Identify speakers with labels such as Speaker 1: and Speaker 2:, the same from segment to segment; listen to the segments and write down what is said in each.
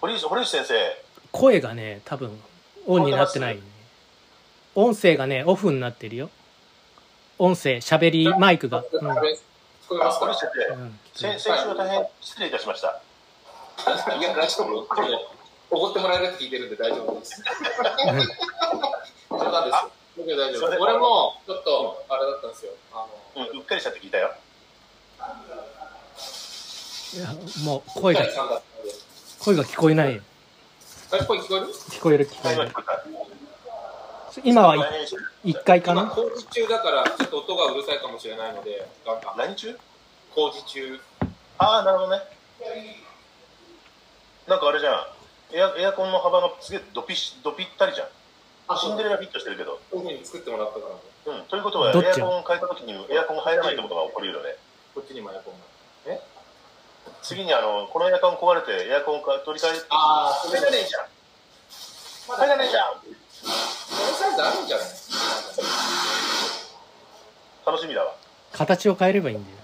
Speaker 1: 堀内堀内先生
Speaker 2: 声がね多分オンになってない音声がねオフになってるよ音声しゃべりマイクが、うん
Speaker 3: 聞こえ
Speaker 1: あ
Speaker 3: ます
Speaker 1: 堀
Speaker 3: か
Speaker 1: 内先生、
Speaker 2: うん
Speaker 1: 先先週は大変失礼いたしました
Speaker 3: いや、大丈夫。怒ってもらえるって聞いてるんで大丈夫です。冗談ですよ。僕は大丈
Speaker 1: すいません
Speaker 3: 夫。俺も、ちょっと、あれだったんですよ。あの、
Speaker 1: うんうっかりしたって聞いたよ
Speaker 2: いやもう声が
Speaker 3: 北谷さんだったんで。
Speaker 2: 声が聞こえないよ
Speaker 3: あれ、声聞こえる
Speaker 2: 聞こえる聞こえ
Speaker 1: 今
Speaker 2: る
Speaker 1: 聞こえた
Speaker 2: 今
Speaker 1: 大
Speaker 2: はい
Speaker 1: 変失
Speaker 2: 一階か
Speaker 3: 今、
Speaker 2: な
Speaker 3: 工事中だから、ちょっと音がうるさいかもしれないので、ガンガン。
Speaker 1: 何中
Speaker 3: 工事中。
Speaker 1: ああなるほどねなんかあれじゃんエアエアコンの幅がすげえどぴしどぴったりじゃんシンデレラフィットしてるけど
Speaker 3: こういうふうに作ってもらったから、
Speaker 1: うんということはエ
Speaker 2: どっちや
Speaker 1: アコンを変えた時にエアコンが入らないってことが起こりうるよね
Speaker 3: こっちにもエアコンが。
Speaker 1: 次にあのこのエアコン壊れてエアコンか取り替え
Speaker 3: あー
Speaker 1: 入らねえじゃん入らねえじゃん
Speaker 3: このサイズあるんじゃない
Speaker 1: 楽しみだわ
Speaker 2: 形を変えればいいんだよ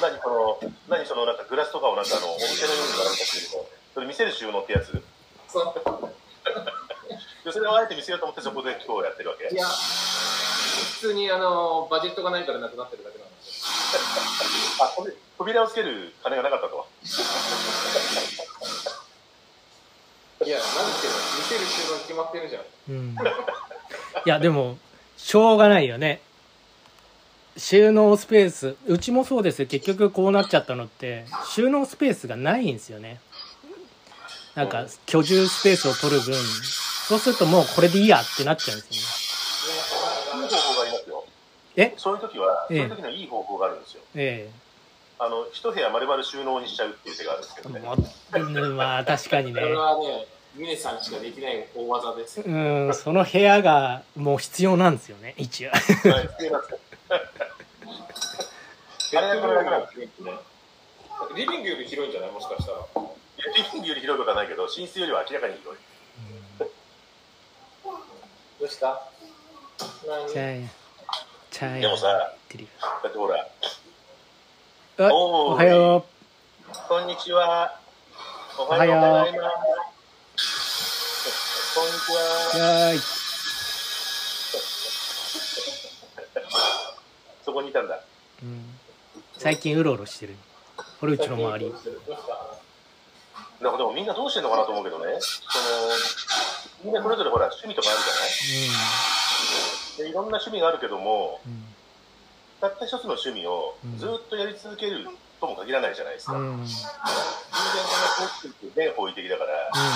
Speaker 1: 何この何そのなんかグラスとかをなんかあのお店のように並べたっていうのそれ見せる収納ってやつで
Speaker 3: そう。
Speaker 1: それをあえて見せようと思ってそこで今日やってるわけ
Speaker 3: いや、普通に、あの、バジェットがないからなくなってるだけなんですよ。
Speaker 1: あこれ扉をつける金がなかったとはい
Speaker 3: や、なんですけど、見せる収納決まってるじゃん。
Speaker 2: うんいやでもしょうがないよね収納スペースうちもそうですよ結局こうなっちゃったのって収納スペースがないんですよねなんか居住スペースを取る分そうするともうこれでいいやってなっちゃうんです
Speaker 1: いい方法がありますよ
Speaker 2: よね
Speaker 1: そういう時は、
Speaker 2: ええ
Speaker 1: そういう時のいい方法があるんですよ
Speaker 2: ええ
Speaker 1: あの一部屋丸々収納にしちゃうっていう手があるんですけどね
Speaker 2: もうんまあ確かにね
Speaker 3: これはね、峰さんしかできない大技ですよ。
Speaker 2: うんその部屋がもう必要なんですよね一 応
Speaker 1: はい作ります
Speaker 3: ベッドルームが広いんでねリビングより広いんじゃないもしかしたら。
Speaker 1: いやリビングより広いことはないけど寝室よりは明らかに広い
Speaker 3: どうした
Speaker 2: ちゃいちゃい
Speaker 1: でもさだってほら
Speaker 2: あ
Speaker 1: おー
Speaker 2: おはよ
Speaker 1: こんにちは。おは
Speaker 2: は
Speaker 1: よ
Speaker 2: よ
Speaker 1: うご
Speaker 2: うご
Speaker 1: ざ
Speaker 2: ざ
Speaker 1: い
Speaker 2: い
Speaker 1: ます。こんにち
Speaker 2: う
Speaker 1: は。
Speaker 2: やーい
Speaker 1: そこにいたんだ。
Speaker 2: うん最近うろうろしてる堀内の周り
Speaker 1: なんかでもみんなどうしてんのかなと思うけどね。そのみんなそれぞれほら趣味とかあるじゃない。でいろんな趣味があるけども、
Speaker 2: うん
Speaker 1: たった一つの趣味をずっとやり続けるとも限らないじゃないですか。
Speaker 2: う
Speaker 1: 人
Speaker 2: んうん
Speaker 1: 間がこうっていう全方位的だから、誰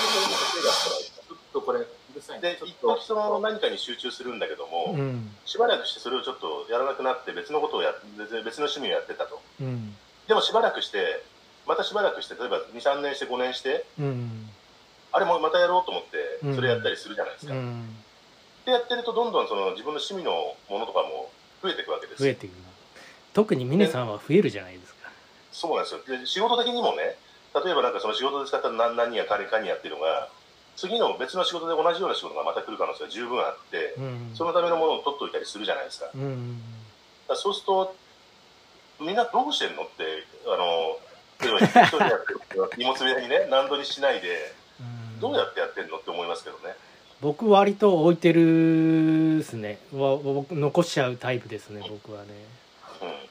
Speaker 1: もそういうこと手がつかない
Speaker 3: ちょっとこれ、うるさいね
Speaker 1: で、一時その何かに集中するんだけども、
Speaker 2: うん
Speaker 1: しばらくしてそれをちょっとやらなくなって別のことをや別別の趣味をやってたと。
Speaker 2: うん
Speaker 1: でもしばらくして、またしばらくして、例えば2、3年して5年して、
Speaker 2: うん
Speaker 1: あれもうまたやろうと思
Speaker 2: う
Speaker 1: って、
Speaker 2: ん
Speaker 1: それやったりするじゃないですか。
Speaker 2: う
Speaker 1: で、
Speaker 2: ん
Speaker 1: やってると、どんどんその自分の趣味のものとかも増えていくわけです
Speaker 2: 増え
Speaker 1: よ。
Speaker 2: ていくな特に峰さんは増えるじゃないですか
Speaker 1: そうなんですよ。で、仕事的にもね、例えばなんかその仕事で使った何何や彼かにやってるのが、次の別の仕事で同じような仕事がまた来る可能性が十分あって、
Speaker 2: うん
Speaker 1: そのためのものを取っておいたりするじゃないですか。だか
Speaker 2: うん
Speaker 1: らそうすると、みんなどうしてんのって、あの、例えば一人でやってる人は 荷物部屋にね、何度にしないで、
Speaker 2: うん
Speaker 1: どうやってやってんのって思いますけどね。
Speaker 2: 僕割と置いてるですねわ僕残しちゃうタイプですね僕はね
Speaker 1: うん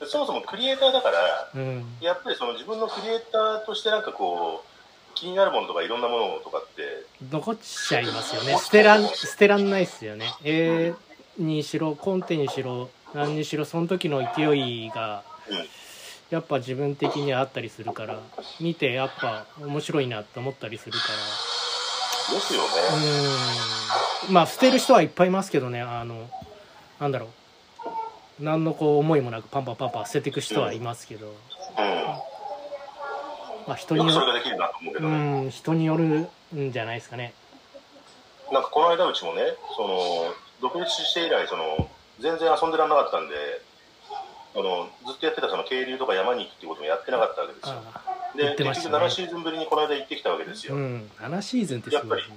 Speaker 1: で、そもそもクリエイターだから、
Speaker 2: うん
Speaker 1: やっぱりその自分のクリエイターとしてなんかこう、気になるものとかいろんなものとかって、
Speaker 2: 残っちゃいますよね捨てらん捨てらんないっすよね絵にしろコンテにしろ何にしろその時の勢いが
Speaker 1: うん
Speaker 2: やっぱ自分的にはあったりするから見てやっぱ面白いなと思ったりするか
Speaker 1: ですよ
Speaker 2: らう
Speaker 1: ね。
Speaker 2: ーんまあ捨てる人はいっぱいいますけどねあのなんだろう何のこう思いもなくパンパンパンパン捨てていく人はいますけど、まあ、人
Speaker 1: うん。よ
Speaker 2: に
Speaker 1: くそれ
Speaker 2: よ
Speaker 1: ができるなと思うけ
Speaker 2: う
Speaker 1: どね。
Speaker 2: ん人によるんじゃないですかね
Speaker 1: なんかこの間うちもね、その、独立して以来、その、全然遊んでらんなかったんで、あの、ずっとやってたその、渓流とか山に行くっていうこともやってなかったわけですよ。
Speaker 2: あ言
Speaker 1: で、
Speaker 2: ってまし
Speaker 1: 結
Speaker 2: た
Speaker 1: 局
Speaker 2: ね
Speaker 1: 7シーズンぶりにこの間行ってきたわけです
Speaker 2: あ
Speaker 1: よ。
Speaker 2: うん7シーズンってすごいですね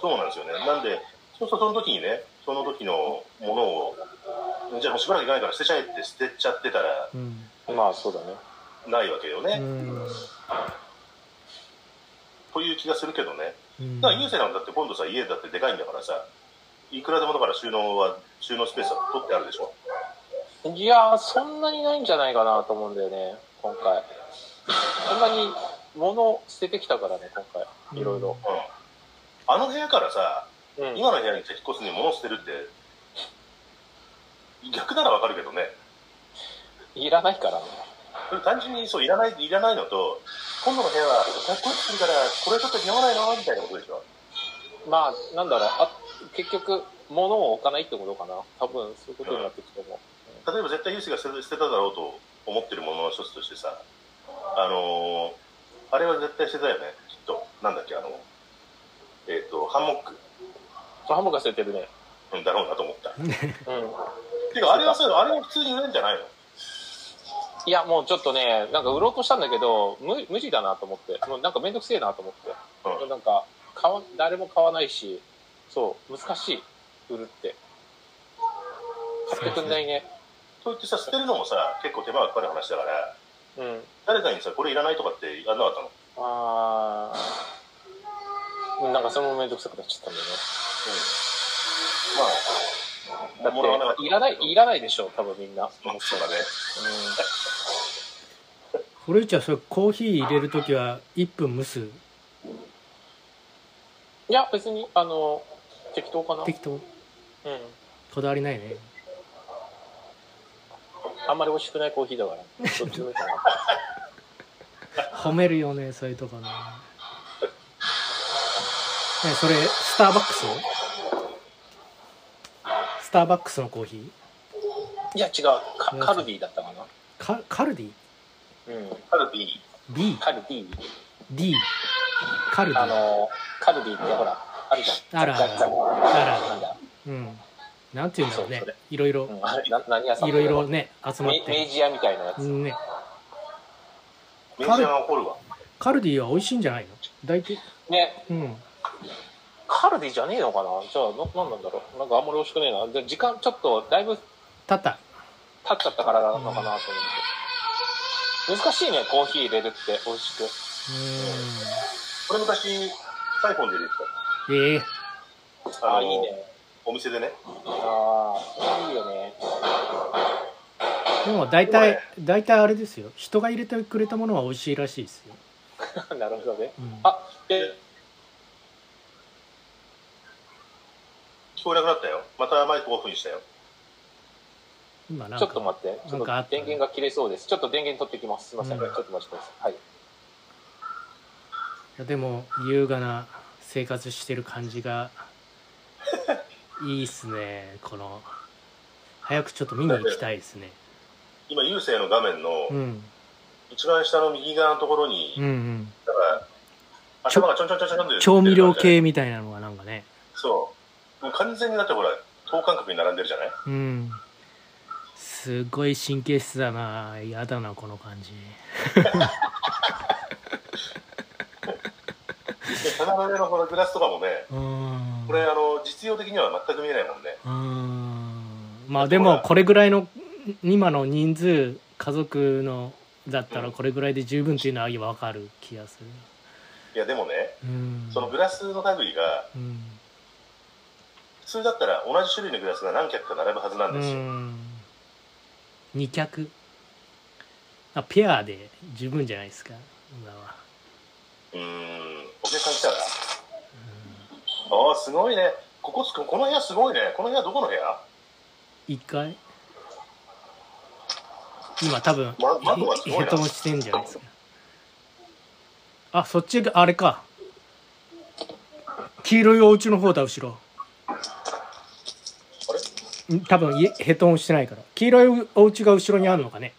Speaker 1: そうなんですよね。なんで、そうするとその時にね、その時のものを、じゃあもうしばらく行かないから捨てちゃえって捨てちゃってたら
Speaker 2: うん
Speaker 4: まあそうだね
Speaker 1: ないわけよね、
Speaker 2: うん
Speaker 1: という気がするけどね
Speaker 2: うん
Speaker 1: だから郵政なんだって今度さ家だってでかいんだからさいくらでもだから収納は収納スペースは取ってあるでしょ
Speaker 4: いやーそんなにないんじゃないかなと思うんだよね今回そんなに物捨ててきたからね今回いろいろ、
Speaker 1: うんあの部屋からさ
Speaker 4: うん、
Speaker 1: 今の部屋にさ引っ越すのに物を捨てるって逆ならわかるけどね
Speaker 4: いらないからね
Speaker 1: それ単純にそういらないいらないのと今度の部屋はかっこよくするからこれちょっと似合わないなみたいなことでしょ
Speaker 4: まあなんだろうあ結局物を置かないってことかな多分そういうことになってくと思う、
Speaker 1: 例えば絶対ユースが捨て捨てただろうと思ってるものの一つとしてさあのーあれは絶対してたよねきっとなんだっけあのえっ、とハンモック
Speaker 4: ハムが捨ててるね
Speaker 1: うんだろうなと思った
Speaker 4: うん
Speaker 1: てかあれはさあれは普通に売れんじゃないの
Speaker 4: いやもうちょっとねなんか売ろうとしたんだけど無無理だなと思ってもうなんか面倒くせえなと思って、
Speaker 1: う
Speaker 4: なんか買わ誰も買わないしそう難しい売るって買ってくんないね
Speaker 1: そう言ってさ捨てるのもさ結構手間がかかる話だから
Speaker 4: うん
Speaker 1: 誰かにさこれいらないとかってやんなかったの
Speaker 4: ああなんかそれも面倒くさくなっちゃったんだよね
Speaker 1: まあもらわな
Speaker 4: だ
Speaker 1: かっ
Speaker 4: ったていらないいらないでしょ多分みんな
Speaker 1: まあそうだね
Speaker 4: う
Speaker 2: 古市はそれコーヒー入れる時は1分蒸す
Speaker 4: んいや別にあの適当かな
Speaker 2: 適当
Speaker 4: うん
Speaker 2: こだわりないね
Speaker 4: あんまり美味しくないコーヒー だからどっちでもいいかな
Speaker 2: 褒めるよねそういうとこねねそれスターバックススターバックスのコーヒ
Speaker 4: いや違うカカルディだったかな
Speaker 2: ーカカルディ
Speaker 4: うん
Speaker 1: カルビ
Speaker 2: ?BD
Speaker 4: カルディ
Speaker 2: カルディ
Speaker 4: あのカルディってほらあるじゃん
Speaker 2: あるある
Speaker 4: ザクザクなん
Speaker 2: あ
Speaker 4: だ
Speaker 2: らうんなんていうんだろうね
Speaker 4: そうそれ
Speaker 2: いろいろ
Speaker 4: うんあれな何屋さん
Speaker 2: いろいろね集まっ
Speaker 4: め明
Speaker 2: て
Speaker 4: 治屋みたいなやつ、
Speaker 2: ね
Speaker 1: 明治屋が怒るわ
Speaker 2: カルディは美味しいんじゃないの大体
Speaker 4: ね
Speaker 2: うん
Speaker 4: カルディじゃねえのかなじゃあな何なんだろうなんかあんまり美味しくねえなで時間ちょっとだいぶ
Speaker 2: たった
Speaker 4: 経っちゃったからなのかなと思って、難しいねコーヒー入れるって美味しく
Speaker 1: これ昔サイフォンで入れて
Speaker 2: うんええ
Speaker 1: た
Speaker 4: あ
Speaker 1: の
Speaker 4: あいいね
Speaker 1: お店でね
Speaker 4: ああいいよね
Speaker 2: でも大体大体あれですよ人が入れてくれたものは美味しいらしいですよ、
Speaker 4: なるほどね
Speaker 2: うん
Speaker 4: あで
Speaker 1: 聞こえなくなったよまたマイクオフにしたよ
Speaker 2: 今なん
Speaker 4: ちょ
Speaker 2: か
Speaker 4: っと待って
Speaker 2: な
Speaker 4: ちょ
Speaker 2: ん
Speaker 4: っと
Speaker 2: かあった
Speaker 4: 電源が切れそうですちょっと電源取ってきますすいません、
Speaker 2: うん
Speaker 4: ちょっとお待ちくださいはい
Speaker 2: いやでも優雅な生活してる感じがいいっすねこの早くちょっと見に行きたいですね、
Speaker 1: 今郵政の画面の
Speaker 2: うん、
Speaker 1: 一番下の右側のところに、
Speaker 2: うんうん
Speaker 1: だから頭がちょんちょんちょんちょんって
Speaker 2: 調味料系みたいなのがなんかね
Speaker 1: そうもう完全にだってほら等間隔に並んでるじゃない
Speaker 2: うんすごい神経質だな嫌だなこの感じ
Speaker 1: で棚の上のこのグラスとかもね
Speaker 2: うん
Speaker 1: これあの実用的には全く見えないもんね
Speaker 2: うんまあでもこれぐらいの今の人数家族のだったらこれぐらいで十分っていうのは分かる気がする
Speaker 1: いやでもね
Speaker 2: うん
Speaker 1: そのグラスの類が
Speaker 2: うん
Speaker 1: 普通だったら同じ種類のグラスが何脚か並ぶはずなん
Speaker 2: う
Speaker 1: ですよ、
Speaker 2: ん二脚あペアで十分じゃないですか今は
Speaker 1: うーんお客さん来たらああすごいねここつくこの部屋すごいねこの部屋どこの部屋
Speaker 2: 一回今多分
Speaker 1: ま窓がす
Speaker 2: ヘ
Speaker 1: ごいな
Speaker 2: ッドもしてんじゃないですかあそっちがあれか黄色いお家の方だ後ろ
Speaker 1: あれ
Speaker 2: ん多分いヘッドホンしてないから黄色いお家が後ろにあるのかね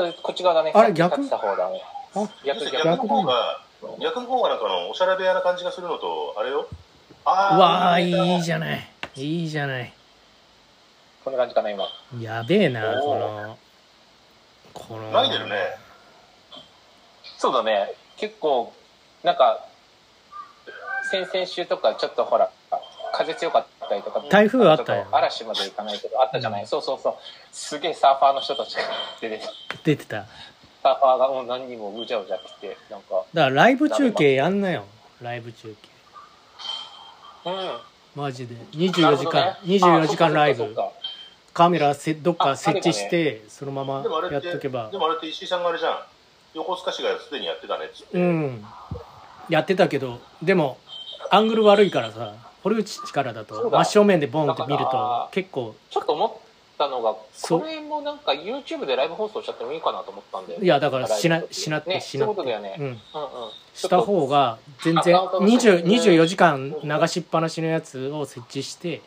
Speaker 4: えこっち側だね
Speaker 2: あれ
Speaker 4: さっき
Speaker 2: 逆
Speaker 4: 立ってた方だね
Speaker 2: あ
Speaker 4: 逆
Speaker 1: 逆
Speaker 4: 逆
Speaker 1: の方が逆の方がなんかあのおしゃれ部屋な感じがするのとあれよあ
Speaker 2: う
Speaker 1: あ
Speaker 2: わあい
Speaker 1: この
Speaker 2: いじゃないいいじゃない
Speaker 4: こんな感じかな今
Speaker 2: やべえな
Speaker 4: お
Speaker 2: こ
Speaker 4: ー
Speaker 2: のこの
Speaker 1: ないでるね
Speaker 4: そうだね結構なんか先々週とかちょっとほら風強かったったりとか、
Speaker 2: 台風あったよ
Speaker 4: ちょと嵐まで行かないけど、あったじゃない、そうそうそう、すげえサーファーの人たちが 出て、
Speaker 2: 出てた。
Speaker 4: サーファーがもう何人もぐちゃぐちゃ来て、なんか、
Speaker 2: だからライブ中継やんなよ。ライブ中継。
Speaker 4: うん、
Speaker 2: マジで。24時間、24時間ライブ。カメラせどっか設置して、そのまま
Speaker 1: でもあれ
Speaker 2: や
Speaker 1: っ
Speaker 2: ってとけば
Speaker 1: で。もあれって石井さんがあれじゃん横須賀市がすでにやってたねっつって、
Speaker 2: うん。やってたけど、でも、アングル悪いからさ、堀内からだ
Speaker 4: そ
Speaker 2: と
Speaker 4: うだ
Speaker 2: 真正面でボンって見る
Speaker 4: だ
Speaker 2: と
Speaker 4: から
Speaker 2: 結構、
Speaker 4: ちょっと思ったのが、
Speaker 2: そう
Speaker 4: これもなんか YouTube でライブ放送しちゃってもいいかなと思ったんだよね。
Speaker 2: いやだから
Speaker 4: ライブ
Speaker 2: しな
Speaker 4: の時
Speaker 2: しなって
Speaker 4: ね
Speaker 2: しなって
Speaker 4: そういうことだよ
Speaker 2: う
Speaker 4: ね。
Speaker 2: ん、
Speaker 4: うんうん。
Speaker 2: した方が全然
Speaker 4: アカウントの設
Speaker 2: 20
Speaker 4: 置ね
Speaker 2: 24時間流しっぱなしのやつを設置して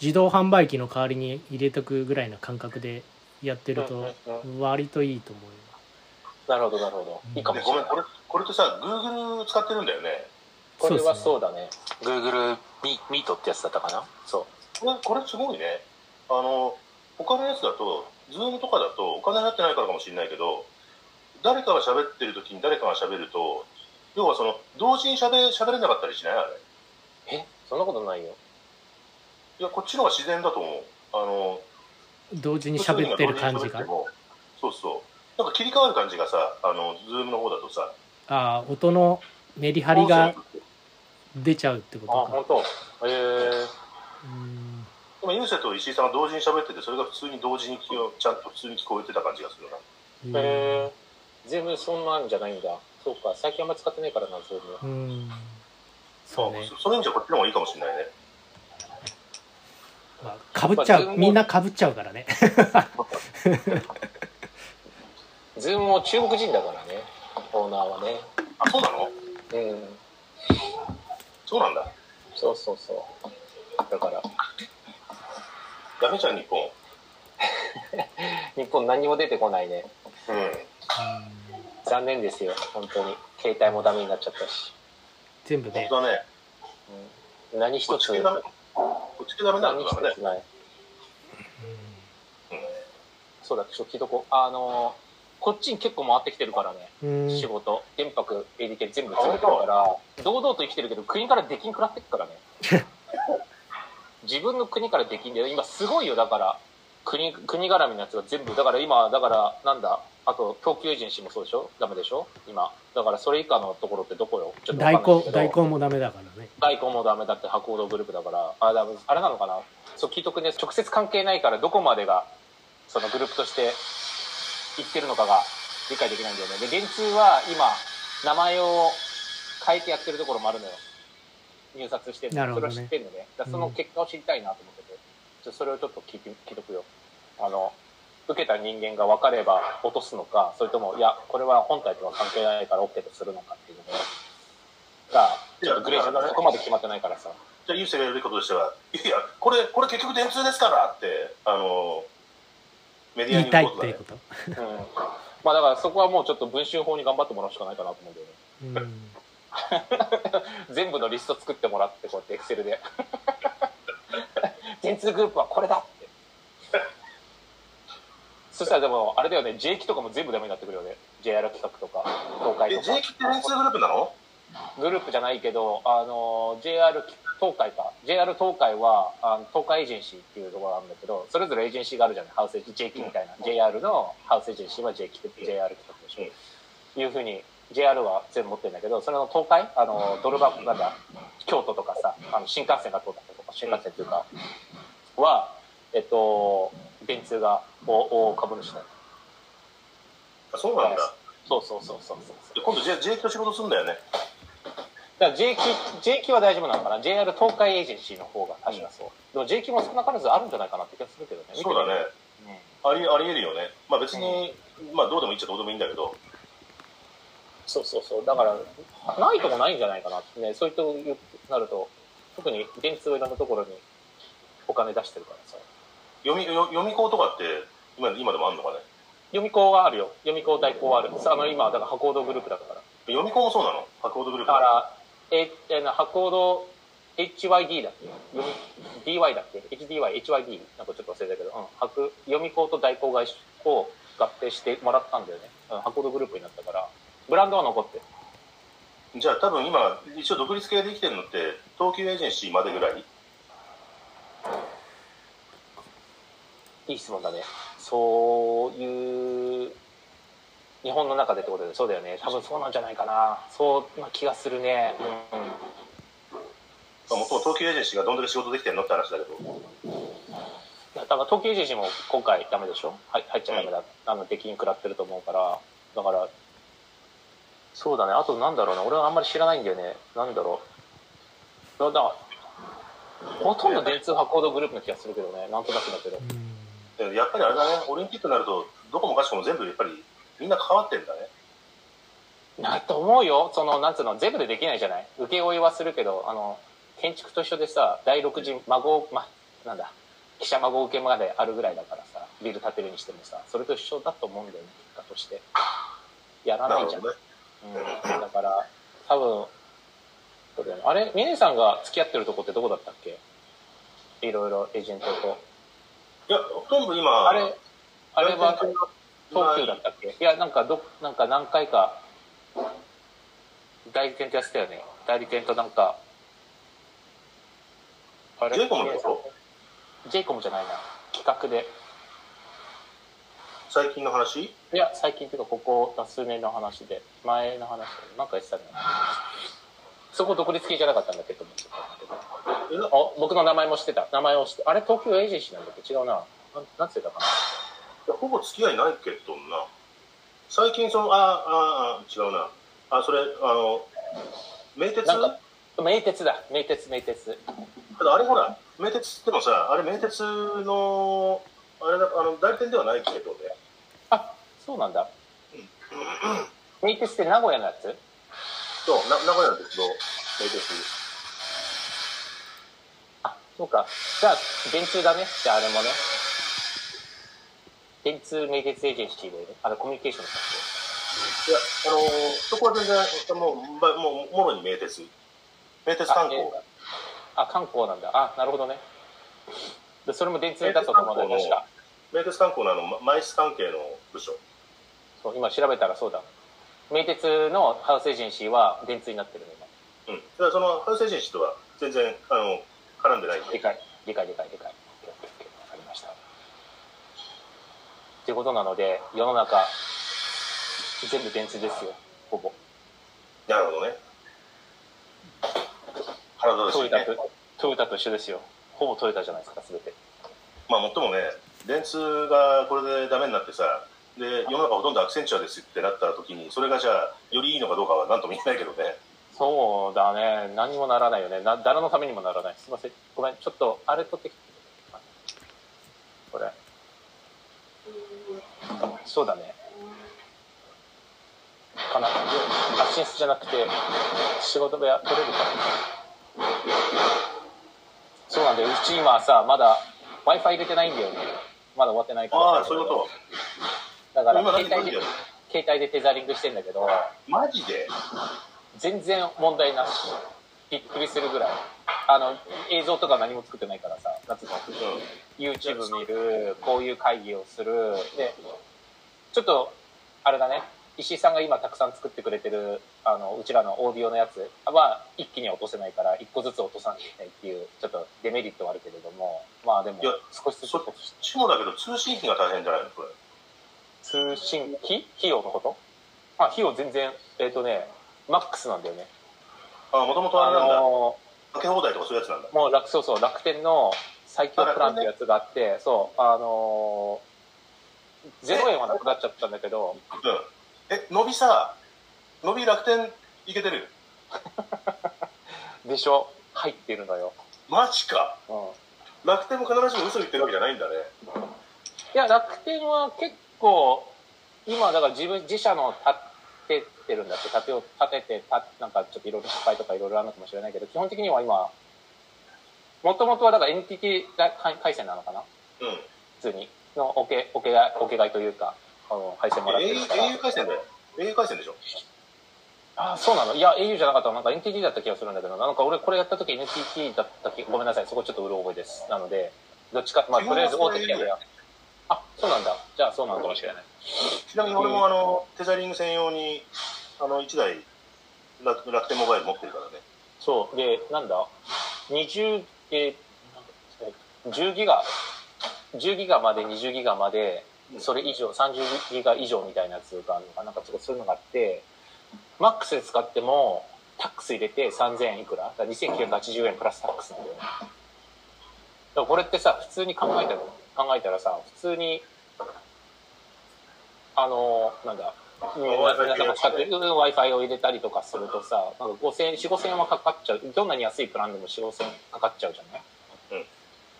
Speaker 2: 自動販売機の代わりに入れとくぐらいの感覚でやってると
Speaker 4: うんうん
Speaker 2: 割といいと思うよ
Speaker 4: なるほど、なるほど。いいかも
Speaker 1: で
Speaker 4: し
Speaker 1: ご
Speaker 4: れ
Speaker 1: め
Speaker 4: なんい。
Speaker 1: これこれってさ Google 使ってるんだよね
Speaker 4: これは
Speaker 2: そ
Speaker 4: そううだね。Google ミミートってやつだったかなそ
Speaker 1: これこれすごいねあの他のやつだと Zoom とかだとお金払ってないからかもしれないけど誰かが喋ってる時に誰かが喋ると要はその同時に喋喋れなかったりしないあれ
Speaker 4: う。えそんなことないよ。
Speaker 1: いやこっちの方が自然だと思うあの
Speaker 2: 同時に喋ってる感じが
Speaker 1: そうそうなんか切り替わる感じがさあの Zoom の方だとさ
Speaker 2: ああ音のメリハリが出ちゃうってこと
Speaker 4: あ、
Speaker 2: か
Speaker 4: 本当。えー、
Speaker 2: うん
Speaker 1: 今ユーセと石井さんが同時に喋っててそれが普通に同時に聞こえちゃんと普通に聞こえてた感じがするな
Speaker 4: えー、全部そんなんじゃないんだ。そうか、最近あんま使ってないからな、そういうの。
Speaker 2: うんそうね
Speaker 1: あそそういう意味じゃこっちの方がいいかもしれないね
Speaker 2: まあかぶっちゃうみんなかぶっちゃうからね
Speaker 4: ズームも中国人だからね、オーナーはね。
Speaker 1: あそうなの
Speaker 4: うん。
Speaker 1: そうなんだ
Speaker 4: そうそうそう。だから、
Speaker 1: ダメじゃん日本
Speaker 4: 日本何にも出てこないね。
Speaker 1: うん
Speaker 2: うん
Speaker 4: 残念ですよ、本当に。携帯もダメになっちゃったし。
Speaker 2: 全部ね
Speaker 1: 本当だね
Speaker 4: うん、
Speaker 1: こ
Speaker 4: 何一
Speaker 1: っち
Speaker 4: つ、
Speaker 1: 系ダメこっち系ダメなん
Speaker 4: 何
Speaker 1: だ
Speaker 4: 一
Speaker 1: からね
Speaker 4: つない。そうだ、ちょっと聞いとこう。あのー、こっちに結構回ってきてるからね、
Speaker 2: うん
Speaker 4: 仕事、原泊、ADK 全部詰めてるから、堂々と生きてるけど、国から出禁食らってっからね。自分の国から出禁で、今すごいよ、だから、国、国絡みのやつが全部、だから今、だから、なんだ、あと、供給エージェンシーもそうでしょダメでしょ今。だから、それ以下のところってどこよちょっとわ
Speaker 2: 代
Speaker 4: かんない
Speaker 2: 行
Speaker 4: けど
Speaker 2: 代行もダメだからね
Speaker 4: 外交もダメだって博報堂グループだからあだあれなのかなそう聞いとくね直接関係ないからどこまでがそのグループとして言ってるのかが理解できないんだよねで電通は今名前を変えてやってるところもあるのよ入札してる
Speaker 2: なるほどね
Speaker 4: それを知ってるのねだからその結果を知りたいなと思ってて、ちょそれをちょっと聞いて聞いとくよあの受けた人間が分かれば落とすのかそれともいやこれは本体とは関係ないから OK とするのかっていうのがちょっとグレーじゃんそこまで決まってないからさ
Speaker 1: じゃあユーセがやることとしてはいやこれこれ結局電通ですからってあのメディア
Speaker 2: 言
Speaker 1: に
Speaker 2: いたい
Speaker 1: こ
Speaker 2: っ
Speaker 1: と
Speaker 2: て
Speaker 1: だ
Speaker 2: い
Speaker 1: ね
Speaker 2: うこと
Speaker 4: うんまあだからそこはもうちょっと文春法に頑張ってもらうしかないかなと思うんだよね。
Speaker 2: うん
Speaker 4: 全部のリスト作ってもらって、こうやってエクセルで。 電通グループはこれだって。そしたらでも、あれだよね、J 期とかも全部ダメになってくるよね。JR 企画とか、東海
Speaker 1: え
Speaker 4: とか
Speaker 1: JK って。電通グループなの
Speaker 4: グループじゃないけど、あの、JR 東海か。JR 東海は、あの東海エージェンシーっていうところなんだけど、それぞれエージェンシーがあるじゃない。ハウスエージェンシー、JK みたいな。JR のハウスエージェンシーは JK、JR 企画でしょ。いうふうに JR は全部持ってるんだけどそれの東海あのドルバなんだ京都とかさあの新幹線が通ったりとか新幹線というかはえっと電通が大株主だ
Speaker 1: あそうなんだ
Speaker 4: そうそうそうそうそう
Speaker 1: で今度 J- JK と仕事するんだよね
Speaker 4: だから JQ, JQ は大丈夫なのかな JR 東海エージェンシーの方が確かそう、でも JQ も少なからずあるんじゃないかなって気がするけどね
Speaker 1: そうだね
Speaker 4: ね
Speaker 1: ありありえるよねまあ別に、まあどうでもいいっちゃどうでもいいんだけど
Speaker 4: そうそうそうだからないともないんじゃないかなってねそういうとなると特に電通はいろんなところにお金出してるからさ
Speaker 1: 読み読読み校とかって今今でもあんのかね
Speaker 4: 読み校はあるよ読み校代行はあるあの今だから博報堂グループだからだ
Speaker 1: 読み校もそうなの博報堂グループ
Speaker 4: からええな博報堂 HYD だっけ読み DY だっけ ?HDYHYD なんかちょっと忘れたけど、うん、博読み校と代行会社を合併してもらったんだよね、うん、博報堂グループになったからブランドは残ってる
Speaker 1: じゃあ多分今一応独立系で生きてるのって東急エージェンシーまでぐらい
Speaker 4: いい質問だね。そういう、日本の中でってことで、そうだよね。多分そうなんじゃないかな。そうな気がするね。
Speaker 1: まあもともと東急エージェンシーがどんだけ仕事できてんのって話だけど、
Speaker 4: だから東京自身も今回ダメでしょはい入っちゃダメだ、あの出禁食らってると思うからだからそうだねあとなんだろうな俺はあんまり知らないんだよねなんだろうだだからほとんど電通発行動グループの気がするけどねなんとなくだけど
Speaker 1: でやっぱりあれだね、オリンピックになると、どこもかしこも全部やっぱりみんな関わってんだね。
Speaker 4: なと思うよそのなんつうの全部でできないじゃない請負いはするけどあの建築と一緒でさ第6次孫まなんだ記者孫受けまであるぐらいだからさビル建てるにしてもさそれと一緒だと思うんだよね結果としてやらないじゃん、
Speaker 1: ね。
Speaker 4: うん、だから多分そうだよねあれ峰さんが付き合ってるとこってどこだったっけいろいろエージェントと
Speaker 1: いや、ほとんど今、
Speaker 4: あれあれは東急だったっけいやなんかどなんか何回か代理店とやってたよね代理店となんかあれ
Speaker 1: ジェイコムのこ
Speaker 4: ジェイコムじゃないな企画で
Speaker 1: 最近の話
Speaker 4: いや最近っていうかここ数年の話で前の話でなんか言ってたんだよねそこ独立系じゃなかったんだっけと思ってたんだけど
Speaker 1: えな
Speaker 4: あ僕の名前も知ってた名前を知ってあれ東京エージェンシーなんだっけ違うななんなんつってたかな
Speaker 1: やほぼ付き合いないけどな。最近、その、ああ、あ違うな。あ、それ、あの、名鉄
Speaker 4: なんか名鉄だ名鉄名鉄
Speaker 1: ただあれほら、名鉄でもさ、あれ名鉄の、あれだ、あの、代理店ではないけどね。
Speaker 4: あそうなんだ名鉄って名古屋のやつ
Speaker 1: そう、な名古屋の鉄道、名鉄。
Speaker 4: あそうかじゃあ電通だねじゃああれもね電通名鉄エージェンシーで、ね、あれコミュニケーションしたっ
Speaker 1: いや、あの、そこは全然、もう、ばもう、もろに名鉄。名鉄
Speaker 4: け
Speaker 1: 観光。
Speaker 4: あ観光なんだあなるほどねでそれも電通だったと思うんだよ
Speaker 1: 名鉄観
Speaker 4: 確
Speaker 1: 光の名鉄観光
Speaker 4: か
Speaker 1: のあの、まマイス関係の部署。
Speaker 4: そう今調べたらそうだ名鉄のハウスエージェンシーは電通になってるね今
Speaker 1: うん。だからその、反省人士とは全然、あの、絡んでないん
Speaker 4: 理
Speaker 1: で。
Speaker 4: 解理解理解理解分かりましたっていうことなので世の中全部電通ですよほぼ
Speaker 1: なるほどね。腹立た
Speaker 4: ト
Speaker 1: し
Speaker 4: ヨ
Speaker 1: い
Speaker 4: タ
Speaker 1: ね
Speaker 4: と。トヨタと一緒ですよほぼトヨタじゃないですか全て
Speaker 1: まあ、もっともね、電通がこれでダメになってさ、で、世の中ほとんどアクセンチュアですってなった時に、それがじゃあ、よりいいのかどうかはなんとも言えないけどね。
Speaker 4: そうだね何にもならないよねな誰のためにもならないすいませんごめんちょっとあれ取ってきてこれそうだねかな発信室じゃなくて仕事部屋取れるかそうなんだようち今さまだ w i f i 入れてないんだよねまだ終わってないから
Speaker 1: ああ、そういうこ
Speaker 4: だから
Speaker 1: 今何
Speaker 4: 携帯で
Speaker 1: 何
Speaker 4: 携帯でテザリングしてんだけど
Speaker 1: と。マジで
Speaker 4: 全然問題なしびっくりするぐらいあの映像とか何も作ってないからさ夏の
Speaker 1: うん。
Speaker 4: YouTube 見るこういう会議をするでちょっとあれだね石井さんが今たくさん作ってくれてるあのうちらのオーディオのやつは一気には落とせないから一個ずつ落とさなきゃいけないっていうちょっとデメリットはあるけれどもまあでも
Speaker 1: いや
Speaker 4: 少しずつ
Speaker 1: そっちもだけど、通信費が大変じゃないのこれ。
Speaker 4: 通信費費用のことあ費用全然えっ、とねマックスなんだよね
Speaker 1: ああ、もともとあ
Speaker 4: あ
Speaker 1: れなんだ。
Speaker 4: の
Speaker 1: かけ放題とかそういうやつなんだ。
Speaker 4: もう楽そうそう楽天の最強プランってやつがあってそうあのー、0円はなくなっちゃったんだけど
Speaker 1: うん。え、伸びさ、伸び楽天いけてる
Speaker 4: でしょ入ってるのよ、
Speaker 1: マジか。
Speaker 4: うん、い
Speaker 1: 楽天も必ずしも嘘言ってるわけじゃないんだね。
Speaker 4: や楽天は結構今だから自分自社の建ててるんだって建てを建ててたなんかちょっといろいろ失敗とかいろいろあるのかもしれないけど基本的には今もともとはだからエンティティだ回回線なのかな
Speaker 1: うん。
Speaker 4: 普通にのおけおけがおけがいというかあの配線もらって
Speaker 1: え
Speaker 4: る
Speaker 1: au
Speaker 4: から。
Speaker 1: au 回線だよ。au 回線でしょ。
Speaker 4: あそうなのいや au じゃなかったなんか NTT だった気がするんだけどなんか俺これやった時 NTT だった気ごめんなさいそこちょっとうろ覚えですなのでどっちかまあとりあえず大手キャリアあそうなんだじゃあそうなのかもしれない
Speaker 1: ちなみに俺もあの、テザリング専用に、あの、1台楽、楽天モバイル持ってるからね。
Speaker 4: そうでなんだ20えーなんだ10ギガ10ギガまで20ギガまで
Speaker 3: う、ん
Speaker 4: それ以上、30ギガ以上みたいなやつがあるのかななんかちょっとそういうのがあって、マックスで使っても、タックス入れて3000円いくらだから ?2980 円プラスタックスなんだよね。だからこれってさ、普通に考えたら、考えたらさ、普通に、あの、なんだ、うん
Speaker 1: Wi-Fi
Speaker 4: なんか使ってる Wi-Fi を入れたりとかするとさ、なんか5000円、4、5000円はかかっちゃう。どんなに安いプランでも4、5000円かかっちゃうじゃない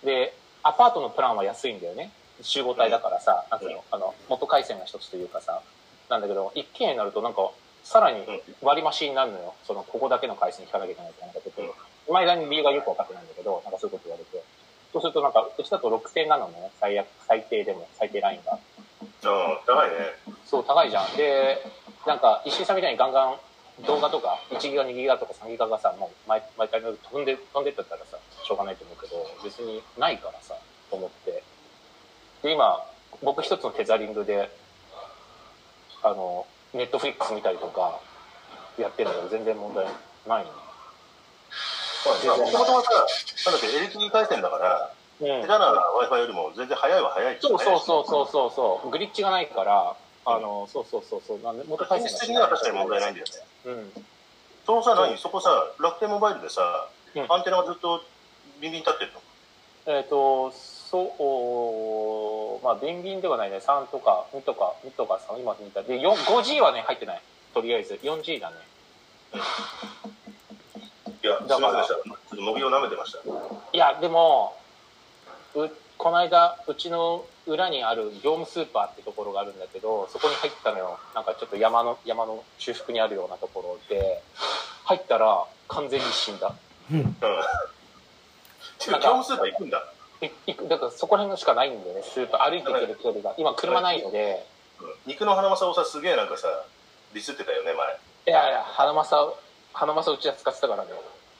Speaker 4: で、アパートのプランは安いんだよね。集合体だからさ、なんつう
Speaker 1: うん
Speaker 4: の、あの、元回線が一つというかさ、なんだけど、一軒家になるとなんか、さらに割り増しになるのよ。その、ここだけの回線引かなきゃいけないってなんかちょっ
Speaker 1: うん
Speaker 4: と、前段に理由がよく分かってないんだけど、なんかそういうこと言われて。そうするとなんか、うちだと6000なのね、最悪、最低でも、最低ラインが。
Speaker 1: ああ高いね
Speaker 4: そう、高いじゃん。で、なんか、石井さんみたいにガンガン動画とか、1ギガ、2ギガとか3ギガがさ、もう毎毎回のように飛んで、飛んでったったらさ、しょうがないと思うけど、別にないからさ、と思って。で、今、僕一つのテザリングで、あの、ネットフリックス見たりとか、やってるんだけど、全然問題ない
Speaker 1: もともとはさなんだっけ L2 回線だから
Speaker 4: の。
Speaker 1: 下手な w i f i よりも全然早いは早い
Speaker 4: そうそう
Speaker 1: う
Speaker 4: そうそうそうそう、グリッチがないから、あの、そうそうそうそう、なんで、元回
Speaker 1: 品
Speaker 4: 線
Speaker 1: 質的
Speaker 4: が
Speaker 1: には確かに問題ないんだよね
Speaker 4: うん。
Speaker 1: そのさ何そこさ楽天モバイルでさ
Speaker 4: うん
Speaker 1: アンテナがずっとビンビン立ってるの
Speaker 4: えっ、と、そう、まあ、ビンビンではないね。3とか、2とか、2とか3、今見た。で、4 5G はね、入ってない。とりあえず、4G だね。
Speaker 1: いやすいませんでしたちょっと模擬を舐めてました
Speaker 4: いや、でも、う、この間、うちの裏にある業務スーパーってところがあるんだけど、そこに入ったのよ。なんかちょっと山の、山の中腹にあるようなところで、入ったら完全に死んだ。
Speaker 2: うん
Speaker 1: てか業務スーパー行くんだ
Speaker 4: いいくだからそこら辺のしかないんだよね、スーパー。歩いて行ける距離が。今、車ないので、
Speaker 1: 肉のハナマサをさすげえなんかさディスってたよね前
Speaker 4: いやいや、花正、花正うちは使ってたからね。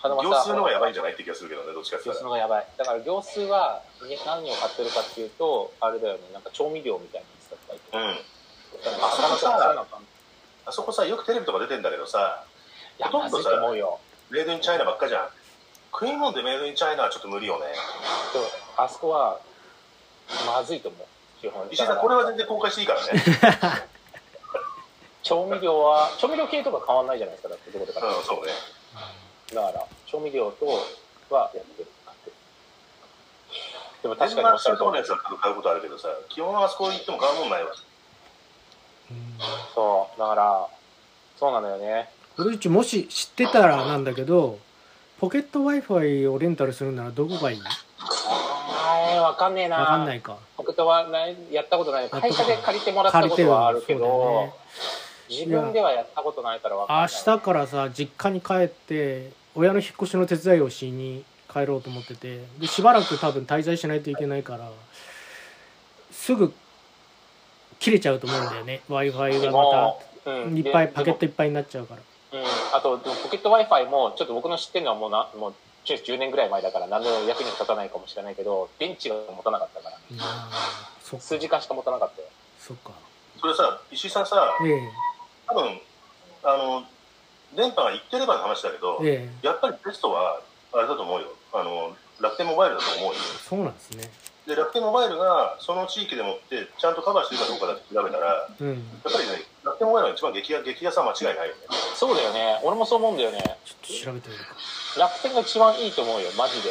Speaker 4: 花正
Speaker 1: 行数の方がやばいん
Speaker 4: い。
Speaker 1: じゃないって気がするけどねどっちかって言
Speaker 4: 行
Speaker 1: っ
Speaker 4: 数
Speaker 1: た
Speaker 4: の
Speaker 1: ら
Speaker 4: 方がやばい。だから行数はに何を買ってるかっていうと、あれだよね、なんか調味料みたいなやつだったりとか。
Speaker 1: うん
Speaker 4: あ、花正はそうなのか。
Speaker 1: あそこさよくテレビとか出てんだけどさ
Speaker 4: いや、
Speaker 1: ほと
Speaker 4: ま
Speaker 1: んど
Speaker 4: ず
Speaker 1: さ
Speaker 4: いと思うよ。
Speaker 1: メイドインチャイナばっかじゃん食い物でメイドインチャイナはちょっと無理よね
Speaker 4: でもあそこは、まずいと思う。基本
Speaker 1: 石井さん
Speaker 4: だ
Speaker 1: こ
Speaker 4: か
Speaker 1: れ
Speaker 4: ら
Speaker 1: は全然公開していいから ね
Speaker 4: 調味料は、調味料系とか変わんないじゃないですか、だってどこで買って
Speaker 1: うんそうね
Speaker 4: もだから、調味料とはやってる。買ってるでも確
Speaker 1: 確か
Speaker 4: かに
Speaker 1: に
Speaker 4: おっしゃ
Speaker 1: そうい
Speaker 4: る
Speaker 1: う
Speaker 4: 通
Speaker 1: とこのや。つ
Speaker 4: り
Speaker 1: は買うことあるけどさ基本はあそこ行っても買うもんないわ
Speaker 4: そう、だから、そうなんだよね。
Speaker 2: 古市もし知ってたらなんだけどポケット w i f i をレンタルするならどこがいい
Speaker 4: あーわかんねえな。
Speaker 2: わかんないか
Speaker 4: 僕とはないやったことない。
Speaker 2: た
Speaker 4: 会社で借りてもらったことはあるけど、
Speaker 2: てる
Speaker 4: 自分ではやったことないからわかんない。
Speaker 2: 明日からさ実家に帰って親の引っ越しの手伝いをしに帰ろうと思っててでしばらく多分滞在しないといけないからすぐ切れちゃうと思うんだよね w i f i がま
Speaker 4: た、
Speaker 2: た
Speaker 4: うん
Speaker 2: いっぱい
Speaker 4: で
Speaker 2: パケットいっぱいになっちゃうから
Speaker 4: うん、あと、ポケット Wi-Fi も、ちょっと僕の知ってるのはもうな、もう10年ぐらい前だから何の役にも立たないかもしれないけど、電池が持たなかったから、
Speaker 2: うんそっ
Speaker 4: 数
Speaker 2: か
Speaker 4: 時間しか持たなかったよ。
Speaker 2: そっか
Speaker 1: それさ石井さんさ
Speaker 2: ええ
Speaker 1: 多分あの電波が行ってればの話だけど
Speaker 2: ええ
Speaker 1: やっぱりベストはあれだと思うよあの楽天モバイルだと思うよ
Speaker 2: そうなんですね
Speaker 1: で楽天モバイルがその地域でもってちゃんとカバーしてるかどうかだって調べたらやっ
Speaker 2: うん
Speaker 1: ぱりね楽天モバイルが一番激安激安は間違いないよね
Speaker 4: そうだよね。俺もそう思うんだよね。
Speaker 2: ちょっと調べてみるか
Speaker 4: 楽天が一番いいと思うよ、マジで。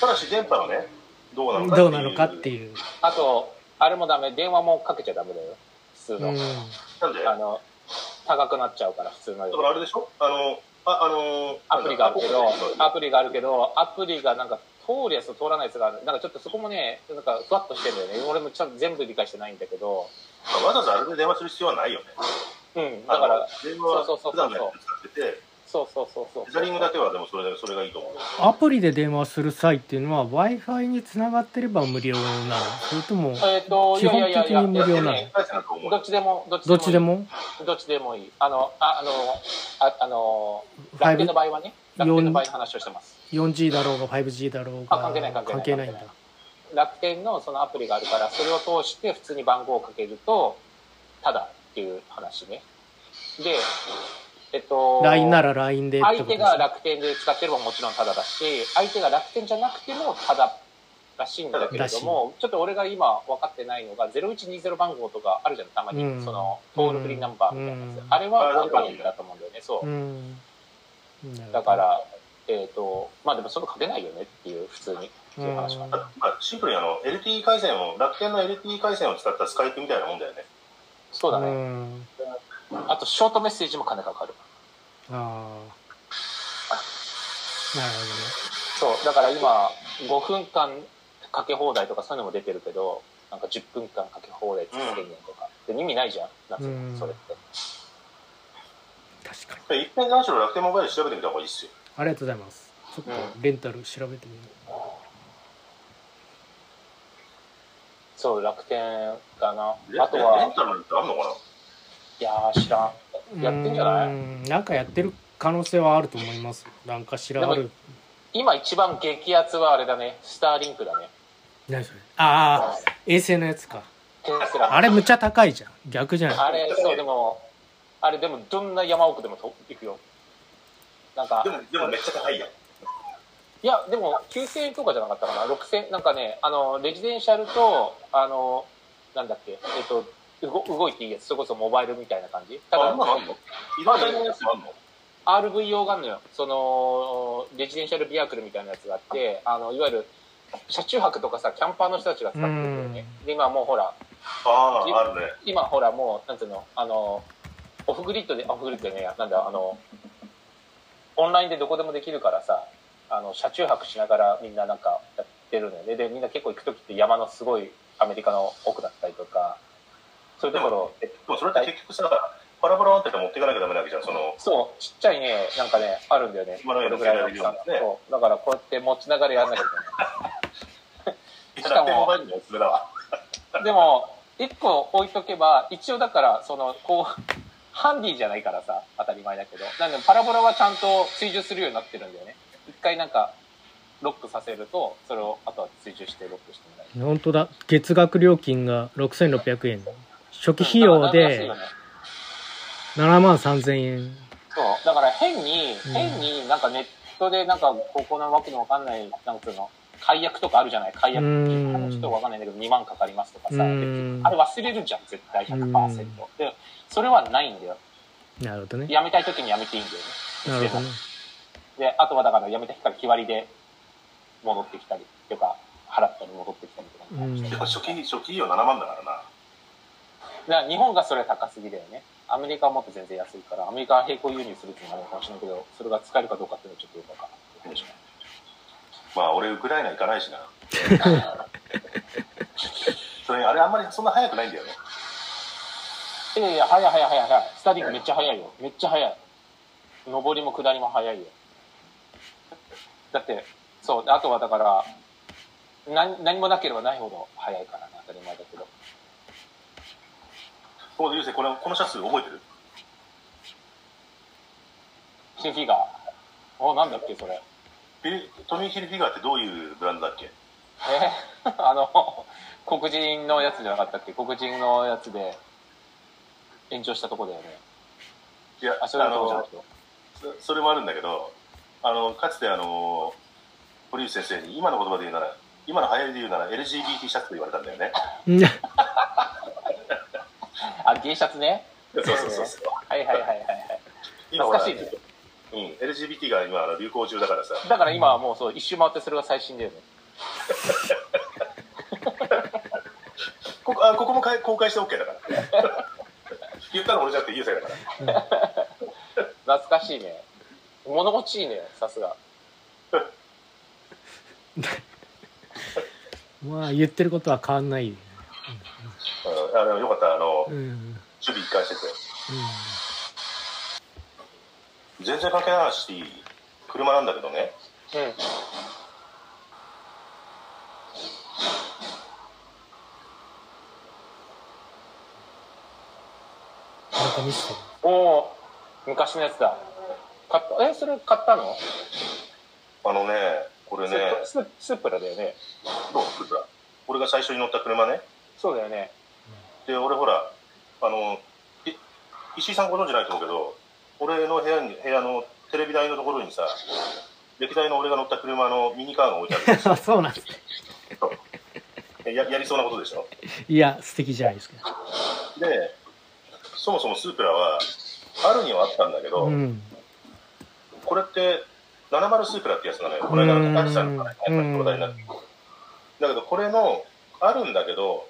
Speaker 1: ただし電波がねどうな
Speaker 2: う
Speaker 1: の
Speaker 2: ん
Speaker 1: か
Speaker 2: どうなのかって
Speaker 1: う
Speaker 2: いう
Speaker 4: あと、あれもダメ、電話もかけちゃダメだよ。普通
Speaker 2: う
Speaker 4: の。
Speaker 2: ん
Speaker 1: なんでだ
Speaker 4: あ
Speaker 1: か
Speaker 4: の、高くなっちゃうから、普通のより
Speaker 1: らあれでしょあのああの
Speaker 4: アプリがあるけど
Speaker 1: なんだ、
Speaker 4: アプリがあるけど、アプリがなんか通るやつと通らないやつがある。なんかちょっとそこもね、なんかふわっとしてんだよね。俺もちゃんと全部理解してないんだけど、
Speaker 1: わざわざあれで電話する必要はないよね
Speaker 4: うん、だから、
Speaker 1: あの電話は普段のやつ使ってて
Speaker 4: そうそうそうそう。
Speaker 1: テザリングだけはでもそれでそれがいいと思う
Speaker 2: アプリで電話する際っていうのは w i f i につながってれば無料なのそれとも
Speaker 4: えっ、と、い
Speaker 2: 基
Speaker 4: や
Speaker 2: 本
Speaker 4: いやいやい
Speaker 2: 的に
Speaker 4: や、
Speaker 2: 無料なの
Speaker 1: いや大事だと思う
Speaker 4: どっちでも、どっち
Speaker 2: どっちで
Speaker 4: も
Speaker 2: も
Speaker 4: いい。どっちでもいい。あの、ああの、ああの、
Speaker 2: ファイ
Speaker 4: 楽
Speaker 2: ブ
Speaker 4: 天の場合はね、楽天の場合の話をしてます。
Speaker 2: 4G だろうが 5G だろう
Speaker 4: あ
Speaker 2: が
Speaker 4: 関係ない関係な
Speaker 2: な
Speaker 4: い
Speaker 2: いんだ
Speaker 4: 楽天のそのアプリがあるから、それを通して普通に番号をかけると、ただっていう話ね。で、えっと、
Speaker 2: LINE なら LINE でって
Speaker 4: 相
Speaker 2: ことで
Speaker 4: 手
Speaker 2: す
Speaker 4: が楽天で使ってればもちろんただだし、相手が楽天じゃなくてもただらしいんだけれども、ちょっと俺が今分かってないのが、0120番号とかあるじゃん、たまに。
Speaker 2: うん
Speaker 4: その、登録フリーナンバーみたいなやつ。
Speaker 2: うん
Speaker 4: あれはカンパニーだと思うんだよね、そう。
Speaker 2: うん
Speaker 4: だから、えっ、と、まあでもそれ書けないよねっていう、普通に。っていう話があった
Speaker 1: あまあ、シンプルにあの LTE 回線を、楽天の LTE 回線を使ったスカイプみたいなもんだよね。
Speaker 4: そうだね。
Speaker 2: ん
Speaker 4: あと、ショートメッセージも金かかる。
Speaker 2: ああなる
Speaker 4: そう、だから今、5分間かけ放題とかそういうのも出てるけど、なんか10分間かけ放題つけてんねんとか。で意味ないじゃん、夏
Speaker 2: うん
Speaker 4: それって。
Speaker 2: ほどね確かに
Speaker 1: で一回何しろ楽天モバイル調べてみた方がいいっすよ。
Speaker 2: ありがとうございますちょっとレンタル調べてみよ
Speaker 4: そう、楽天だな。
Speaker 1: レ
Speaker 4: あと
Speaker 1: レン
Speaker 4: は、
Speaker 1: タルってあんのかない
Speaker 4: やー、知らん。
Speaker 2: う
Speaker 4: やってんじゃない
Speaker 2: うんなんかやってる可能性はあると思いますなんかしらあ
Speaker 4: で
Speaker 2: る
Speaker 4: 今一番激アツはあれだね。スターリンクだね。
Speaker 2: 何それああ衛星のやつか
Speaker 4: テスラ。
Speaker 2: あれむちゃ高いじゃん逆じゃない
Speaker 4: あれ、そう、でも、あれ、でも、どんな山奥でもと行くよ。なんか
Speaker 1: で、も、でもめっちゃ高いやん。
Speaker 4: いや、でも、9000円とかじゃなかったかな。6000、なんかね、あの、レジデンシャルと、あの、なんだっけ、えっと、うご動いていいやつ、それこそモバイルみたいな感じ。た
Speaker 1: あ、
Speaker 4: だ
Speaker 1: あんなのあんの移動体のやつもあんの
Speaker 4: RV 用があるのよ。その、レジデンシャルビアクルみたいなやつがあって、あの、いわゆる、車中泊とかさ、キャンパーの人たちが使ってるんだよね。で、今もうほら、
Speaker 1: ああ、あるね。
Speaker 4: 今ほらもう、なんていうの、あの、オフグリッドで、オフグリッドでね、なんだ、あの、オンラインでどこでもできるからさ、あの、車中泊しながらみんななんかやってるのよね。で、みんな結構行くときって山のすごいアメリカの奥だったりとか、そういうところ、え
Speaker 1: でもそれって結局さ、パラパラワンって持っていかなきゃダメなわけじゃん。その、
Speaker 4: そう、ちっちゃいね、なんかね、あるんだよね。
Speaker 1: 今のような
Speaker 4: これぐらいの大きさ
Speaker 1: ね
Speaker 4: そう。だからこうやって持ちながらやんなきゃいけない。しか
Speaker 1: 楽
Speaker 4: も
Speaker 1: 天モバイルのおすすめだわ。
Speaker 4: でも、一個置いとけば、一応だから、その、こう、ハンディじゃないからさ、当たり前だけど。なんで、パラボラはちゃんと追従するようになってるんだよね。一回なんか、ロックさせると、それを、あとは追従してロックしてもらえる。
Speaker 2: 本当だ月額料金が6600円初期費用で
Speaker 4: だから安いよね
Speaker 2: 7万3000円
Speaker 4: そう。だから変に、
Speaker 2: うん
Speaker 4: 変になんかネットでなんか、ここのわけのわかんない、なんかその、解約とかあるじゃない解約金、あの、ちょっとわかんないんだけど、2万かかりますとかさ。で
Speaker 2: うん
Speaker 4: あれ忘れるじゃん、絶対
Speaker 2: うん
Speaker 4: 100%。で、それはないんだよ。
Speaker 2: なるほどね
Speaker 4: 辞めたい時に辞めていいんだよね。
Speaker 2: なるほどね
Speaker 4: で、あとはだから辞めた日から日割りで戻ってきたり、とか、払ったり戻ってきたりとか。
Speaker 2: うん
Speaker 1: でも初期、初期費用7万だからな。
Speaker 4: だから日本がそれ高すぎだよね。アメリカはもっと全然安いから、アメリカは並行輸入するっていうのもあるかもしれないけど、それが使えるかどうかっていうのはちょっとよくわかんない。
Speaker 1: まあ、俺、ウクライナ行かないし な。それにあれ、あんまりそんな早くないんだよね。
Speaker 4: いやいや、早い早い早い早い。スタディングめっちゃ早いよ。めっちゃ早い。上りも下りも早いよ。だって、そう、あとはだから、何何もなければないほど早いからな、当たり前だけど。
Speaker 1: そうで、ゆうせい、この、このシャツ覚えてる
Speaker 4: 新フィガー。お、なんだっけ、それ。
Speaker 1: えトミー・ヒルフィガーってどういうブランドだっけ
Speaker 4: え あの、黒人のやつじゃなかったっけ黒人のやつで、延長したとこだよね。
Speaker 1: いや
Speaker 4: あ、それだとじゃな
Speaker 1: の
Speaker 4: くて。
Speaker 1: そそれもあるんだけどあのかつてあの堀内先生に今の言葉で言うなら今の流行りで言うなら LGBT シャツと言われたんだよ ね
Speaker 2: うん
Speaker 4: あ、T シャツね。
Speaker 1: そうそうそうそう
Speaker 4: はいはいはいはいはい。
Speaker 1: 今ほら、
Speaker 4: 懐かしいね
Speaker 1: うん、LGBT が今あの流行中だからさ
Speaker 4: だから今はもうそう、一周回ってそれが最新だよね。
Speaker 1: ここあここもかい公開して OK だから 言ったの俺じゃなくてゆうせいだから
Speaker 4: 懐かしいね。物持ちいいね、さすが。
Speaker 2: まあ言ってることは変わんないよね
Speaker 1: うんあでもよかったあの
Speaker 2: うんうん
Speaker 1: 守備一貫してて全然関係ない話していい車なんだけどね
Speaker 4: うん。
Speaker 2: なんか見せて
Speaker 4: おお昔のやつだ。買った、え、それ買ったの
Speaker 1: あのねこれね
Speaker 4: スープスープラだよね。
Speaker 1: どう作った俺が最初に乗った車ね
Speaker 4: そうだよね。
Speaker 1: で俺ほらあのい石井さんご存知ないと思うけど俺の部屋に部屋のテレビ台のところにさ歴代の俺が乗った車のミニカーが置いてある
Speaker 2: るあそうなんです ね
Speaker 1: ややりそうなことでしょ
Speaker 2: いや素敵じゃないですか
Speaker 1: でそもそもスープラはあるにはあったんだけど、
Speaker 2: うん
Speaker 1: これって70スープラってやつなのよこ
Speaker 2: う
Speaker 1: れが
Speaker 2: ん
Speaker 1: 滝さんの話
Speaker 2: う
Speaker 1: 題になって
Speaker 2: ん
Speaker 1: だけどこれのあるんだけど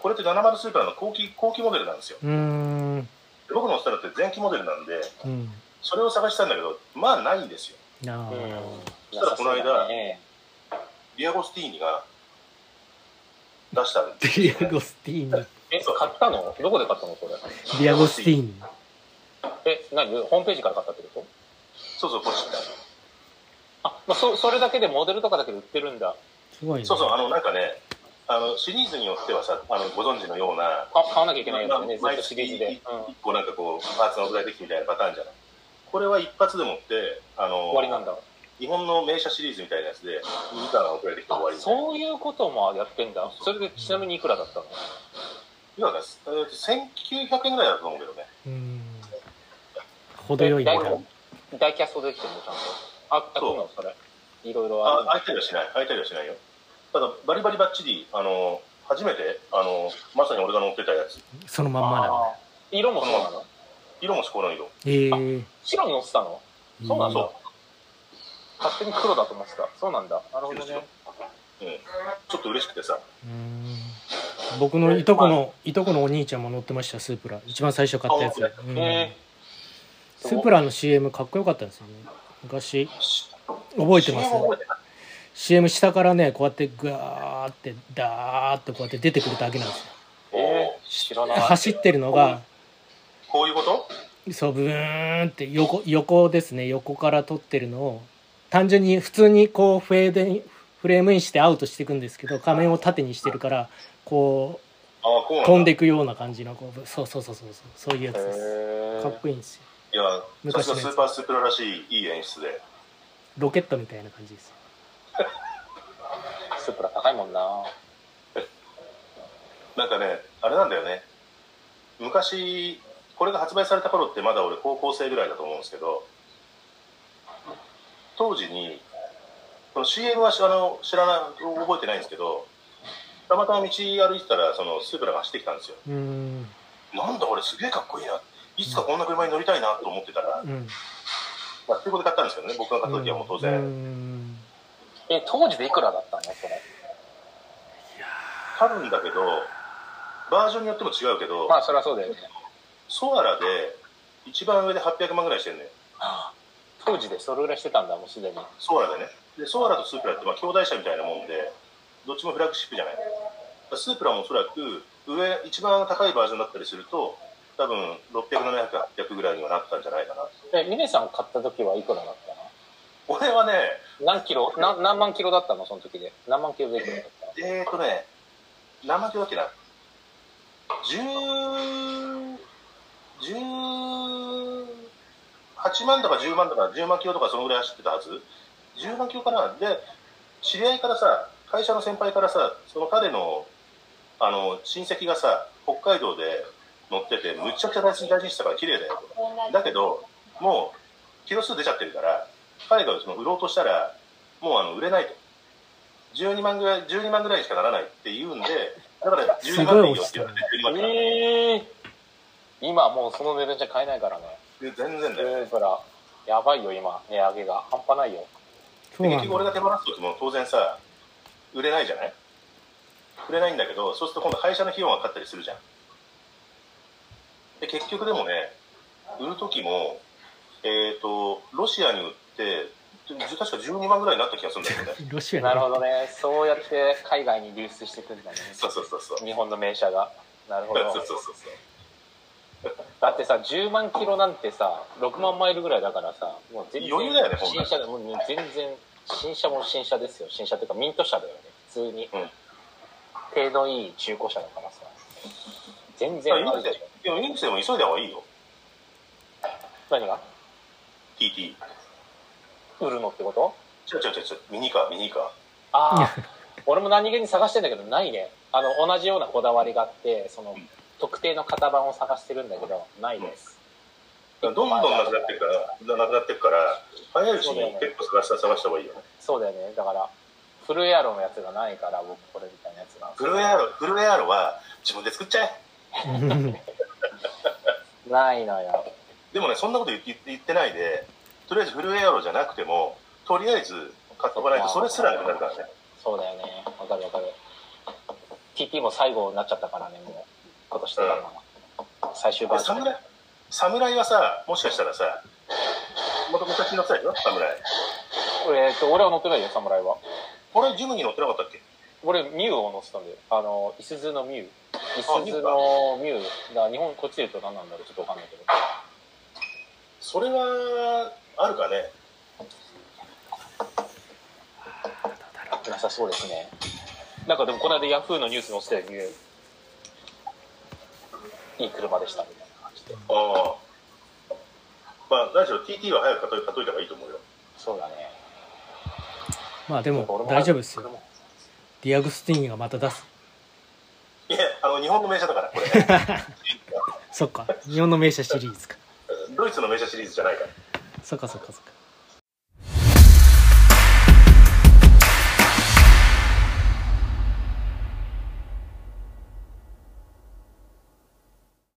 Speaker 1: これって70スープラの後期後期モデルなんですよ
Speaker 2: うん
Speaker 1: で僕のおっしゃるって前期モデルなんで
Speaker 2: うん
Speaker 1: それを探したんだけどまあないんですよ
Speaker 2: なあ
Speaker 1: そしたらこの間
Speaker 4: ね、
Speaker 1: ディアゴスティーニが出したん
Speaker 2: デ
Speaker 1: で
Speaker 2: ィアゴスティーニ
Speaker 4: え、買ったのどこで買ったのそれ。
Speaker 2: ディアゴスティーニ
Speaker 4: え、何ホームページから買ったってこと
Speaker 1: そうそうこっち
Speaker 4: あ、まあ、そそれだけでモデルとかだけで売ってるんだ。
Speaker 2: すごいね
Speaker 1: そうそうあのなんかねあのシリーズによってはさあのご存知のような
Speaker 4: あ買わなきゃいけないやつね、ず
Speaker 1: まあ
Speaker 4: っとシリーズで。うん
Speaker 1: 毎、こうなんかこうパーツの具体的みたいなパターンじゃないこれは一発でもってあの
Speaker 4: 終わりなんだ。
Speaker 1: 日本の名車シリーズみたいなやつで2から送られてきて
Speaker 4: あ
Speaker 1: 終わりう
Speaker 4: そういうこともやってんだ。それでちなみにいくらだったの
Speaker 1: 今ねえー1900円ぐらいだと思うけどね
Speaker 2: うん程よいね
Speaker 4: 大大キャストできてるのちゃんと。あったのそれ。いろいろ
Speaker 1: あ
Speaker 4: あ
Speaker 1: 開いたりはしない開いたりはしないよただバリバリバッチリあの初めてあのまさに俺が乗ってたやつ
Speaker 2: その
Speaker 4: る
Speaker 2: まんまなんだ
Speaker 4: あー色もそうなの
Speaker 1: 色も至高の色
Speaker 2: ええ
Speaker 4: 白に乗ってたのそうなんだ。
Speaker 1: そ
Speaker 4: 勝手に黒だと思ってた。そうなんだ。なるほどね。
Speaker 1: ちょっと嬉しくてさ
Speaker 2: うん僕のいとこのいとこのお兄ちゃんも乗ってましたスープラ一番最初買ったやつ
Speaker 1: あ
Speaker 2: うん
Speaker 4: え
Speaker 2: スープラの CM かっこよかったんですよね昔覚えてます
Speaker 1: CM 覚えてない
Speaker 2: CM 下からねこうやってガーってダーってこうやって出てくるだけなんですよ
Speaker 4: ー、えー、知 らない。
Speaker 2: 走ってるのが
Speaker 1: こういうこと
Speaker 2: そうブーンって横横ですね横から撮ってるのを単純に普通にこうフェードインフレームインしてアウトしていくんですけど仮面を縦にしてるからこ
Speaker 1: ああこう
Speaker 2: う
Speaker 1: なんだ
Speaker 2: 飛んでいくような感じのこうそうそうそうそうそうそういうやつです
Speaker 4: へー
Speaker 2: かっこいいんですよ
Speaker 1: いやさ
Speaker 2: 昔
Speaker 1: す
Speaker 2: の
Speaker 1: が
Speaker 2: や
Speaker 1: ス
Speaker 2: つ
Speaker 1: ーパースープラらしいいい演出で
Speaker 2: ロケットみたいな感じです
Speaker 4: スープラ高いもんな。
Speaker 1: なんかねあれなんだよね昔これが発売された頃ってまだ俺高校生ぐらいだと思うんですけど当時にこの CM は知あの知らない覚えてないんですけどたまたま道歩いてたらそのスープラが走ってきたんですよ
Speaker 2: うーん
Speaker 1: なんだ俺すげえかっこいいないつかこんな車に乗りたいなと思ってたら、
Speaker 2: うん
Speaker 1: まあ、ということで買ったんですけどね僕が買った時はもう当然、
Speaker 2: うん
Speaker 4: え、当時でいくらだったのそれ。
Speaker 1: 多分だけどバージョンによっても違うけど、
Speaker 4: まあ、そりゃそうだよね。
Speaker 1: ソアラで一番上で800万ぐらいしてるのよ
Speaker 4: 当時でそれぐらいしてたんだ、もうすでに。
Speaker 1: ソアラでねでソアラとスープラってまあ兄弟車みたいなもんでどっちもフラッグシップじゃないスープラもおそらく上一番高いバージョンだったりすると多分600700ぐらいにはなったんじゃないかな
Speaker 4: え、ミネさん買った時はいくらだった
Speaker 1: 俺はね
Speaker 4: の何キロな何万キロだったのその時で。何万キロでいくらだったの
Speaker 1: えー、とね何万キロだっけな10 18万とか10万とか10万キロとかそのぐらい走ってたはず10万キロかなで知り合いからさ会社の先輩からさその彼のあの親戚がさ北海道で乗っててむちゃくちゃ大事に大事にしてたから綺麗だよだけどもうキロ数出ちゃってるから彼がその売ろうとしたらもうあの売れないと12万ぐらい12万ぐらいにしかならないって言うんでだから12万でいいよって言われて12万から
Speaker 4: えー、今もうその値段じゃ買えないからね。
Speaker 1: で全然
Speaker 4: ス
Speaker 1: だよ
Speaker 4: ープラ、やばいよ今、値上げが。半端ないよ。
Speaker 2: そう
Speaker 1: で
Speaker 2: な
Speaker 1: 結
Speaker 2: ん
Speaker 1: 局俺が手
Speaker 2: だ
Speaker 1: 放す時も当然さ売れないじゃない売れないんだけどそうすると今度会社の費用がかかったりするじゃんで結局でもね売る時もえっ、とロシアに売って確か12万ぐらいになった気がするんだよね
Speaker 2: ロシア
Speaker 4: なるほ
Speaker 2: ね
Speaker 4: どね。そうやって海外に流出してくんだね。
Speaker 1: そうそうそうそう
Speaker 4: 日本の名車が。なるほ
Speaker 1: そう
Speaker 4: ど
Speaker 1: そう。そうそう
Speaker 4: だってさ10万キロなんてさ6万マイルぐらいだからさもう全然
Speaker 1: 余裕だよねほんと
Speaker 4: 新車でもう全然新車も新車ですよ新車っていうかミント車だよね普通に、
Speaker 1: うん
Speaker 4: 程度いい中古車だからさ全然
Speaker 1: いや
Speaker 4: あ
Speaker 1: いいん
Speaker 4: る
Speaker 1: だ
Speaker 4: で
Speaker 1: よ
Speaker 4: しょ
Speaker 1: でもインクでも急いだ方がいいよ
Speaker 4: 何が
Speaker 1: TT 違う違
Speaker 4: 売るのってこと
Speaker 1: う違う違うミニカーミニカー
Speaker 4: ああ俺も何気に探してんだけどないねあの同じようなこだわりがあってその
Speaker 1: うん
Speaker 4: 特定の型番を探してるんだけどないです、
Speaker 1: どんどんなくなっていくから、なくなっていくから、早いうちに結構探した探した方がいいよね。
Speaker 4: そうだよねだからフルエアロのやつがないから、僕これみたいなやつが。
Speaker 1: フルエアロ、フルエアロは自分で作っちゃえ。
Speaker 4: ないのよ。
Speaker 1: でもね、そんなこと言って言ってないで、とりあえずフルエアロじゃなくても、とりあえず買っておかないと、それすらなくなるからね。
Speaker 4: そうだよね。わかるわかる。TT も最後になっちゃったからね、もう。今年だからな。最終バージョン。
Speaker 1: 侍侍はさ、もしかしたらさ、また昔に乗ってたでしょ、侍。
Speaker 4: えーっと、俺は乗ってないよ、侍は。
Speaker 1: これ、ジムに乗ってなかったっけ
Speaker 4: 俺、ミュウを乗ってたんだよ。あの、いすゞのミュウ。いす
Speaker 1: ミュ
Speaker 4: ゞ
Speaker 1: ウか
Speaker 4: のミュウ。だから日本、こっちで言うと何なんだろう、ちょっとわかんないけど。
Speaker 1: それは、あるかね。
Speaker 4: なさそうですね。なんかでも、この間ヤフーのニュースに載せてたよ、ミュウ。いい車でした、みたいな感じで。
Speaker 1: ああ。まあ、何しろ TT は早く買っと買っといた方がいいと思うよ。
Speaker 4: そうだね。
Speaker 2: まあで
Speaker 4: 俺
Speaker 2: も
Speaker 4: も
Speaker 2: 大丈夫ですよ。ディアグスティーニがまた出す。
Speaker 1: いや、あの、日本の名車だから、これ。
Speaker 2: そっか。日本の名車シリーズか。
Speaker 1: ドイツの名車シリーズじゃないから。
Speaker 2: そっかそっかそっか。